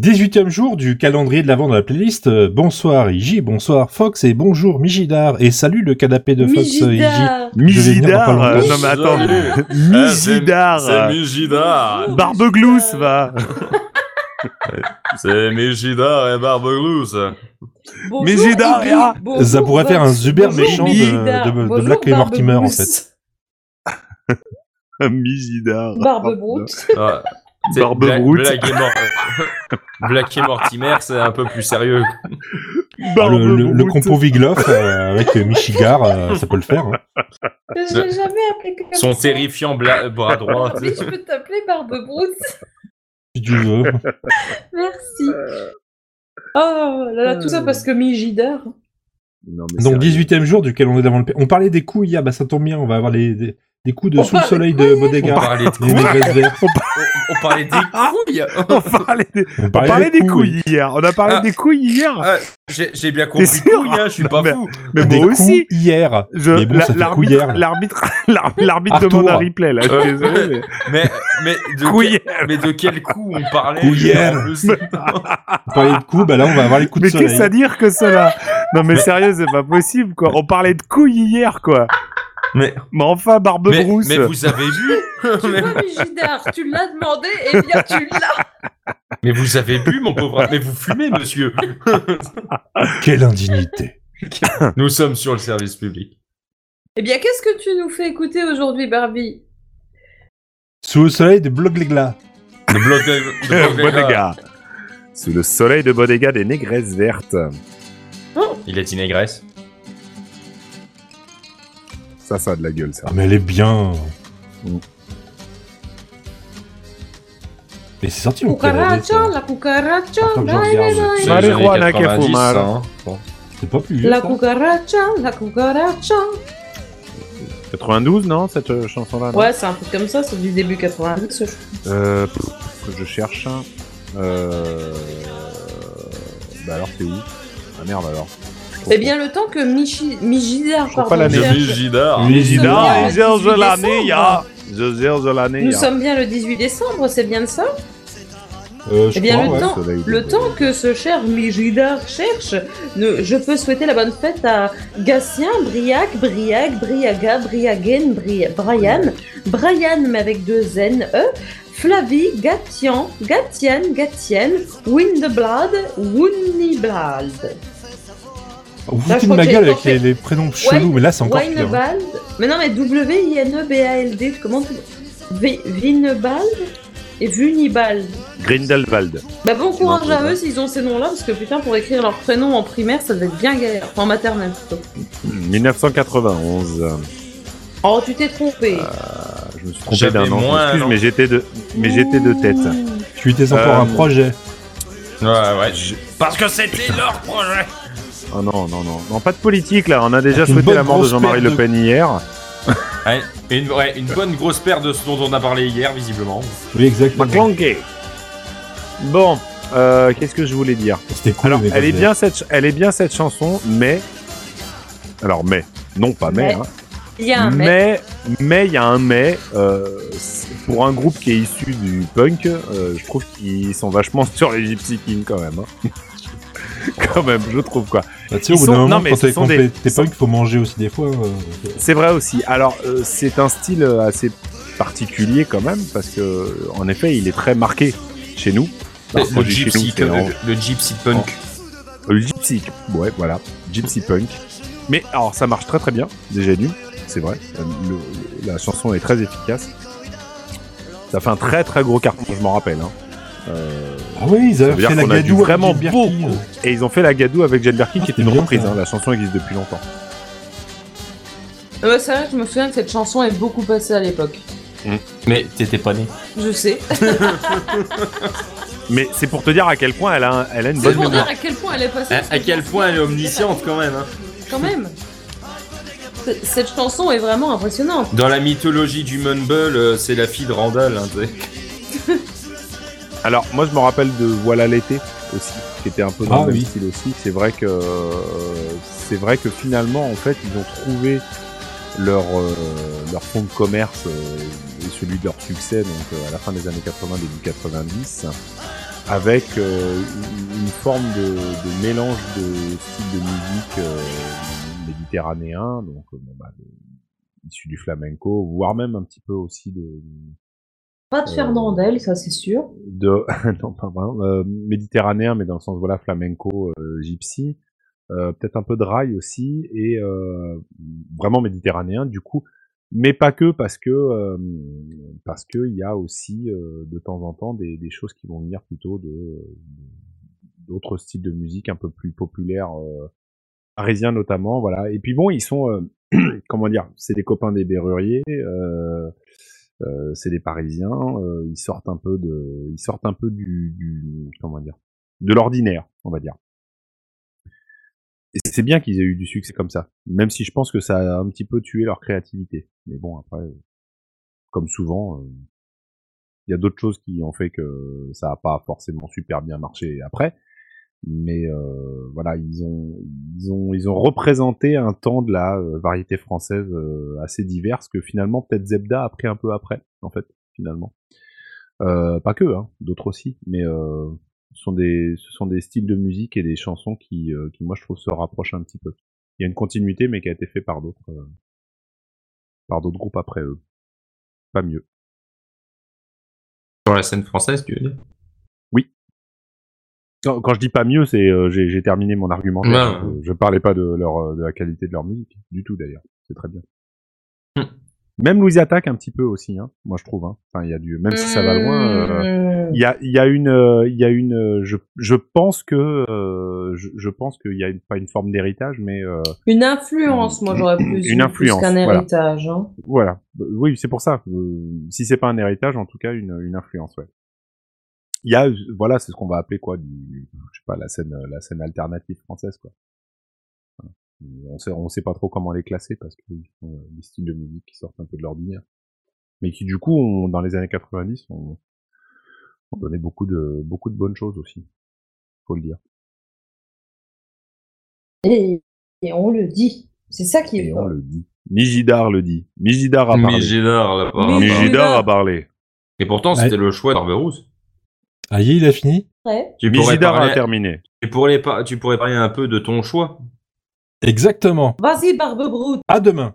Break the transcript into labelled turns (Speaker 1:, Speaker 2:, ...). Speaker 1: 18e jour du calendrier de l'avant de la playlist. Euh, Bonsoir Iji, bonsoir Fox et bonjour Mijidar. Et salut le canapé de Fox euh, Iji.
Speaker 2: Mijidar.
Speaker 1: Je vais venir dans
Speaker 3: Misidar
Speaker 1: pas
Speaker 3: euh,
Speaker 1: longtemps.
Speaker 3: Non mais attends,
Speaker 2: Salut.
Speaker 3: Misidar
Speaker 2: C'est
Speaker 3: euh,
Speaker 2: Mégidar
Speaker 3: Barbeglousse, va
Speaker 2: C'est Mégidar et Barbeglousse
Speaker 4: Bonjour,
Speaker 3: Mégidar,
Speaker 4: Iggy.
Speaker 3: et ah,
Speaker 4: Bonjour,
Speaker 1: ça pourrait faire un
Speaker 4: Vox.
Speaker 1: Zuber
Speaker 4: Bonjour,
Speaker 1: méchant de-
Speaker 4: Mégidar.
Speaker 1: de- de
Speaker 4: Bonjour,
Speaker 1: Black et
Speaker 4: Barbe
Speaker 1: Mortimer, en
Speaker 4: Brousse.
Speaker 1: fait.
Speaker 3: Misidar
Speaker 4: Barbe Brute.
Speaker 2: Ouais. C'est
Speaker 3: Barbe
Speaker 2: Bla-
Speaker 3: Brute.
Speaker 2: Black et Mor- Black et Mortimer, c'est un peu plus sérieux.
Speaker 3: Barbe
Speaker 1: Ah, le, le- le
Speaker 3: Brute.
Speaker 1: compo Vigloff euh, avec euh, Michigar, euh, ça peut le faire. hein.
Speaker 4: Je l'ai jamais appelé comme
Speaker 2: Son
Speaker 4: ça.
Speaker 2: terrifiant bla- euh, bras droit.
Speaker 4: Mais je peux t'appeler Barbe Brute.
Speaker 1: Si tu veux.
Speaker 4: Merci. Oh là là, tout
Speaker 1: Euh.
Speaker 4: ça parce que Mijidar.
Speaker 3: Non, mais
Speaker 1: Donc
Speaker 3: sérieux.
Speaker 1: 18e jour du calendrier d'avant le On parlait des coups hier, bah ça tombe bien, on va avoir les, des, des coups de
Speaker 4: On
Speaker 1: sous le
Speaker 4: parle
Speaker 1: soleil de
Speaker 2: On
Speaker 1: Bodega.
Speaker 2: parlait de
Speaker 1: Les
Speaker 2: couilles.
Speaker 1: négresses vertes.
Speaker 2: On- On parlait des
Speaker 3: Ah.
Speaker 2: couilles.
Speaker 3: on parlait des,
Speaker 1: On
Speaker 3: on parlait des couilles hier. On a parlé
Speaker 2: Ah.
Speaker 3: des couilles hier.
Speaker 2: Ah, J'ai j'ai bien compris
Speaker 3: sûr
Speaker 2: couilles, hein, je suis
Speaker 3: Non,
Speaker 2: pas
Speaker 3: mais-
Speaker 2: fou.
Speaker 3: Mais
Speaker 1: Des
Speaker 3: moi aussi.
Speaker 1: coups hier.
Speaker 3: Je,
Speaker 1: Mais bon,
Speaker 3: la-
Speaker 1: ça fait
Speaker 3: l'arbitre,
Speaker 1: couillère.
Speaker 3: l'arbitre, l'ar- l'arbitre
Speaker 1: Arthur.
Speaker 3: demande un replay là. Je suis
Speaker 2: Euh,
Speaker 3: désolé. mais-
Speaker 2: Mais, mais, de
Speaker 3: Couilles.
Speaker 2: quel, mais de quel coup on parlait
Speaker 1: Couillère.
Speaker 2: je sais pas.
Speaker 1: On parlait de coups, bah là on va avoir les coups
Speaker 3: Mais
Speaker 1: de
Speaker 3: qu'est-ce à
Speaker 1: soleil.
Speaker 3: dire que cela Non mais sérieux, c'est pas possible quoi. On parlait de couilles hier quoi.
Speaker 2: Mais,
Speaker 3: Mais enfin, Barbe
Speaker 2: mais,
Speaker 3: Brousse.
Speaker 2: mais vous avez vu
Speaker 4: Tu
Speaker 2: mais,
Speaker 4: vois Mijidar, tu l'as demandé, et bien tu l'as.
Speaker 2: mais vous avez bu, mon pauvre. Mais vous fumez, monsieur.
Speaker 1: Quelle indignité.
Speaker 2: Nous sommes sur le service public.
Speaker 4: Eh bien, qu'est-ce que tu nous fais écouter aujourd'hui, Barbie
Speaker 1: Sous le soleil de Bloglégla.
Speaker 2: Le bloc de,
Speaker 3: Euh,
Speaker 2: le bloc de-
Speaker 3: Bodega. Sous le soleil de Bodega des négresses vertes.
Speaker 2: Il est inégresse.
Speaker 3: Ça, ça a de la gueule, ça.
Speaker 1: Ah mais elle est bien.
Speaker 3: Mm.
Speaker 1: Mais c'est sorti mon préalable,
Speaker 4: Cucaracha,
Speaker 1: ça.
Speaker 4: la cucaracha,
Speaker 1: Attends que je
Speaker 4: la
Speaker 1: regarde.
Speaker 4: la, la.
Speaker 3: C'est- Marijuana fumar.
Speaker 2: hein,
Speaker 1: C'est pas plus vieux.
Speaker 4: La
Speaker 1: ça.
Speaker 4: cucaracha, la cucaracha.
Speaker 3: 92, non, cette euh, chanson-là non
Speaker 4: Ouais, c'est un truc comme ça, c'est du début 90. je crois.
Speaker 3: Euh, pff, je cherche. hein. Euh... Bah alors, c'est où Ah merde, alors. Je trouve
Speaker 4: C'est Eh bien le temps que Michi... Mijidar,
Speaker 3: crois pas la
Speaker 4: pardon,
Speaker 3: même.
Speaker 4: cherche.
Speaker 2: Gidard.
Speaker 1: Les
Speaker 3: pas.
Speaker 4: Nous
Speaker 1: idars.
Speaker 4: sommes
Speaker 3: Zidane,
Speaker 4: bien
Speaker 3: et
Speaker 4: le
Speaker 3: Zerzo
Speaker 4: 18
Speaker 3: l'année,
Speaker 4: décembre.
Speaker 3: ya. Je Zerzo l'année,
Speaker 4: Nous
Speaker 3: ya.
Speaker 4: sommes bien le 18 décembre, c'est bien ça
Speaker 1: Euh, je
Speaker 4: Eh bien,
Speaker 1: crois,
Speaker 4: le
Speaker 1: ouais.
Speaker 4: temps-
Speaker 3: soleil de
Speaker 4: Le
Speaker 3: Bodega.
Speaker 4: temps que ce cher Mijidar cherche, ne- je peux souhaiter la bonne fête à Gatien, Briac, Briac, Briaga, Briagen, Bri- Brian, Brian, mais avec deux N, E, Flavie, Gatian, Gatienne, Gatienne, Windeblad, Wuniblad.
Speaker 1: Vous vous
Speaker 4: Là,
Speaker 1: foutez
Speaker 4: je
Speaker 1: de
Speaker 4: crois
Speaker 1: ma
Speaker 4: que
Speaker 1: gueule
Speaker 4: j'ai
Speaker 1: avec les, les prénoms chelous, mais là c'est encore pire. hein.
Speaker 4: Winebald. Mais non, mais E W-I-N-E-B-A-L-D, comment tu. V- Vinebald et Vunibald.
Speaker 3: Grindelwald.
Speaker 4: Bah bon courage
Speaker 3: Non,
Speaker 4: à
Speaker 3: c'est
Speaker 4: eux s'ils ont ces noms-là, parce que putain, pour écrire leur prénom en primaire, ça devait être bien galère. Enfin, en maternelle plutôt.
Speaker 3: 1991. euh,
Speaker 4: Oh, tu t'es trompé.
Speaker 3: Ah, Je me suis trompé
Speaker 2: J'avais
Speaker 3: d'un an, je
Speaker 2: moins un
Speaker 3: m'excuse,
Speaker 2: an.
Speaker 3: mais j'étais de, mais j'étais de tête.
Speaker 1: Tu étais encore
Speaker 3: Euh,
Speaker 1: un projet.
Speaker 2: Ouais, ouais. Parce que c'était leur projet.
Speaker 3: Oh non, non, non, non, pas de politique là. On a déjà
Speaker 1: Une
Speaker 3: souhaité
Speaker 1: bonne
Speaker 3: la mort de
Speaker 1: grosse
Speaker 3: Jean-Marie
Speaker 1: paire de-
Speaker 3: Le Pen hier.
Speaker 2: Ouais, une, ouais, une bonne grosse paire de ce dont on a parlé hier, visiblement.
Speaker 1: Oui, exactement.
Speaker 3: Clanqué. Bon, euh, qu'est-ce que je voulais dire
Speaker 1: C'était cool.
Speaker 3: Alors,
Speaker 1: les
Speaker 3: elle est
Speaker 1: Bloglégla.
Speaker 3: bien cette, ch- elle est bien cette chanson, mais, alors mais, non pas mais,
Speaker 4: Mais.
Speaker 3: hein.
Speaker 4: Il y a un mec.
Speaker 3: mais, mais il y a un mais. euh, c'est- pour un groupe qui est issu du punk, euh, je trouve qu'ils sont vachement sur les Gypsy Kings quand même. hein. quand même, je trouve quoi.
Speaker 1: Bah, tu sais, au
Speaker 3: Ils
Speaker 1: bout d'un
Speaker 3: sont-
Speaker 1: moment,
Speaker 3: non, mais
Speaker 1: quand
Speaker 3: ce
Speaker 1: t'es
Speaker 3: sont
Speaker 1: quand
Speaker 3: des-
Speaker 1: t'es- t'es punk, faut manger aussi des fois. euh,
Speaker 3: C'est vrai aussi. Alors, euh, c'est un style euh, assez particulier quand même, parce que, euh, en effet, il est très marqué chez nous. Enfin,
Speaker 2: le,
Speaker 3: quand je dis chez
Speaker 2: gypsy,
Speaker 3: nous, c'est en-
Speaker 2: le, le gypsy punk.
Speaker 3: le gypsy. Ouais, voilà. Gypsy punk. Mais alors, ça marche très très bien, déjà d'une, c'est vrai. Euh, le- la chanson est très efficace. Ça fait un très très gros carton, je m'en rappelle. hein. Euh,
Speaker 1: Ah oui, ils
Speaker 3: veut
Speaker 1: avaient
Speaker 3: dire
Speaker 1: fait la
Speaker 3: qu'on a dû
Speaker 1: gadou avec
Speaker 3: vraiment
Speaker 1: Gilbert
Speaker 3: beaucoup.
Speaker 1: King.
Speaker 3: et ils ont fait la gadoue avec Jane Birkin,
Speaker 1: Ah,
Speaker 3: qui
Speaker 1: c'est
Speaker 3: était une
Speaker 1: bien,
Speaker 3: reprise.
Speaker 1: ça.
Speaker 3: hein. La chanson existe depuis longtemps.
Speaker 4: Ouais, Euh, c'est vrai que je me souviens que cette chanson est beaucoup passée à l'époque.
Speaker 2: Oh. Mais t'étais pas né.
Speaker 4: Je sais.
Speaker 3: Mais c'est pour te dire à quel point elle a, un- elle a une
Speaker 4: C'est
Speaker 3: bonne
Speaker 4: pour dire
Speaker 3: mémoire.
Speaker 4: à quel point elle est passée.
Speaker 2: À,
Speaker 4: parce
Speaker 2: Hein, à
Speaker 4: que
Speaker 2: quel
Speaker 4: je-
Speaker 2: point elle est omnisciente, quand même. hein.
Speaker 4: Quand même. C- Cette chanson est vraiment impressionnante.
Speaker 2: Dans la mythologie du Mumble, euh, c'est la fille de Randall. hein, t'sais.
Speaker 3: Alors, moi, je me rappelle de Voilà l'été aussi, qui était un peu dans
Speaker 1: Ah
Speaker 3: le même
Speaker 1: oui.
Speaker 3: style aussi. C'est vrai que c'est vrai que finalement, en fait, ils ont trouvé leur euh, leur fond de commerce euh, et celui de leur succès donc euh, à la fin des années 80 début 90 avec euh, une forme de, de mélange de styles de musique euh, méditerranéen, donc euh, bon, bah, de- issu du flamenco, voire même un petit peu aussi de,
Speaker 4: Pas de
Speaker 3: Euh,
Speaker 4: Fernandel, ça c'est sûr.
Speaker 3: de non pas vraiment, euh, méditerranéen, mais dans le sens voilà flamenco, euh, gypsy, euh, peut-être un peu de rail aussi et euh, vraiment méditerranéen du coup, mais pas que parce que euh, parce que il y a aussi euh, de temps en temps des, des choses qui vont venir plutôt de d'autres styles de musique un peu plus populaires euh, parisiens notamment voilà et puis bon ils sont euh, comment dire c'est des copains des Berruriers euh, euh, c'est des Parisiens, euh, ils sortent un peu de, ils sortent un peu du, du comment dire, de l'ordinaire, on va dire. Et c'est bien qu'ils aient eu du succès comme ça, même si je pense que ça a un petit peu tué leur créativité. Mais bon, après, euh, comme souvent, euh, il y a d'autres choses qui ont fait que ça n'a pas forcément super bien marché après. Mais euh, voilà, ils ont, ils ont, ils ont représenté un temps de la euh, variété française euh, assez diverse que finalement peut-être Zebda a pris un peu après, en fait, finalement. Euh, pas que, hein, d'autres aussi, mais euh, ce sont des, ce sont des styles de musique et des chansons qui, euh, qui moi je trouve se rapprochent un petit peu. Il y a une continuité, mais qui a été faite par d'autres, euh, par d'autres groupes après eux. Pas mieux.
Speaker 2: Sur la scène française, tu veux dire
Speaker 3: Quand, quand je dis pas mieux, c'est euh, j'ai j'ai terminé mon argument.
Speaker 2: Ouais.
Speaker 3: Je, je parlais pas de leur euh, de la qualité de leur musique du tout d'ailleurs. C'est très bien.
Speaker 2: Hmm.
Speaker 3: Même Louis attaque un petit peu aussi, hein, moi je trouve. Hein. Enfin, il y a du même si ça va loin. euh,
Speaker 4: Mmh.
Speaker 3: il y a, il y a une, euh, il y a une, euh, je, je pense que, euh, je, je pense qu'il y a une, pas une forme d'héritage, mais euh,
Speaker 4: Une influence, moi j'aurais plus dit,
Speaker 3: Une influence,
Speaker 4: plus qu'un
Speaker 3: voilà.
Speaker 4: héritage. hein.
Speaker 3: voilà. Euh, Oui, c'est pour ça. Euh, si c'est pas un héritage, en tout cas une, une influence, ouais. Il y a, euh, voilà, c'est ce qu'on va appeler quoi, du, je sais pas, la scène, euh, la scène alternative française, quoi. Voilà. On sait, on sait pas trop comment les classer parce qu'ils font euh, des styles de musique qui sortent un peu de l'ordinaire, mais qui du coup, ont- dans les années 90, ont, ont donné beaucoup de, beaucoup de bonnes choses aussi, faut le dire.
Speaker 4: Et, et on le dit. C'est ça qui est.
Speaker 3: Et on le dit. Mijidar le dit. Mijidar a parlé.
Speaker 2: Mégédard, là.
Speaker 4: Mégédard.
Speaker 2: par- par-
Speaker 3: Mijidar a parlé.
Speaker 2: Et pourtant, c'était le choix de Barberousse.
Speaker 1: Aïe, Ah, il a fini
Speaker 4: vrai.
Speaker 2: Tu pourrais,
Speaker 3: Mijidar a
Speaker 2: parler,
Speaker 3: terminé.
Speaker 2: tu, pourrais par- tu pourrais parler un peu de ton choix.
Speaker 1: Exactement.
Speaker 4: Vas-y, Barbe Brute.
Speaker 1: À demain.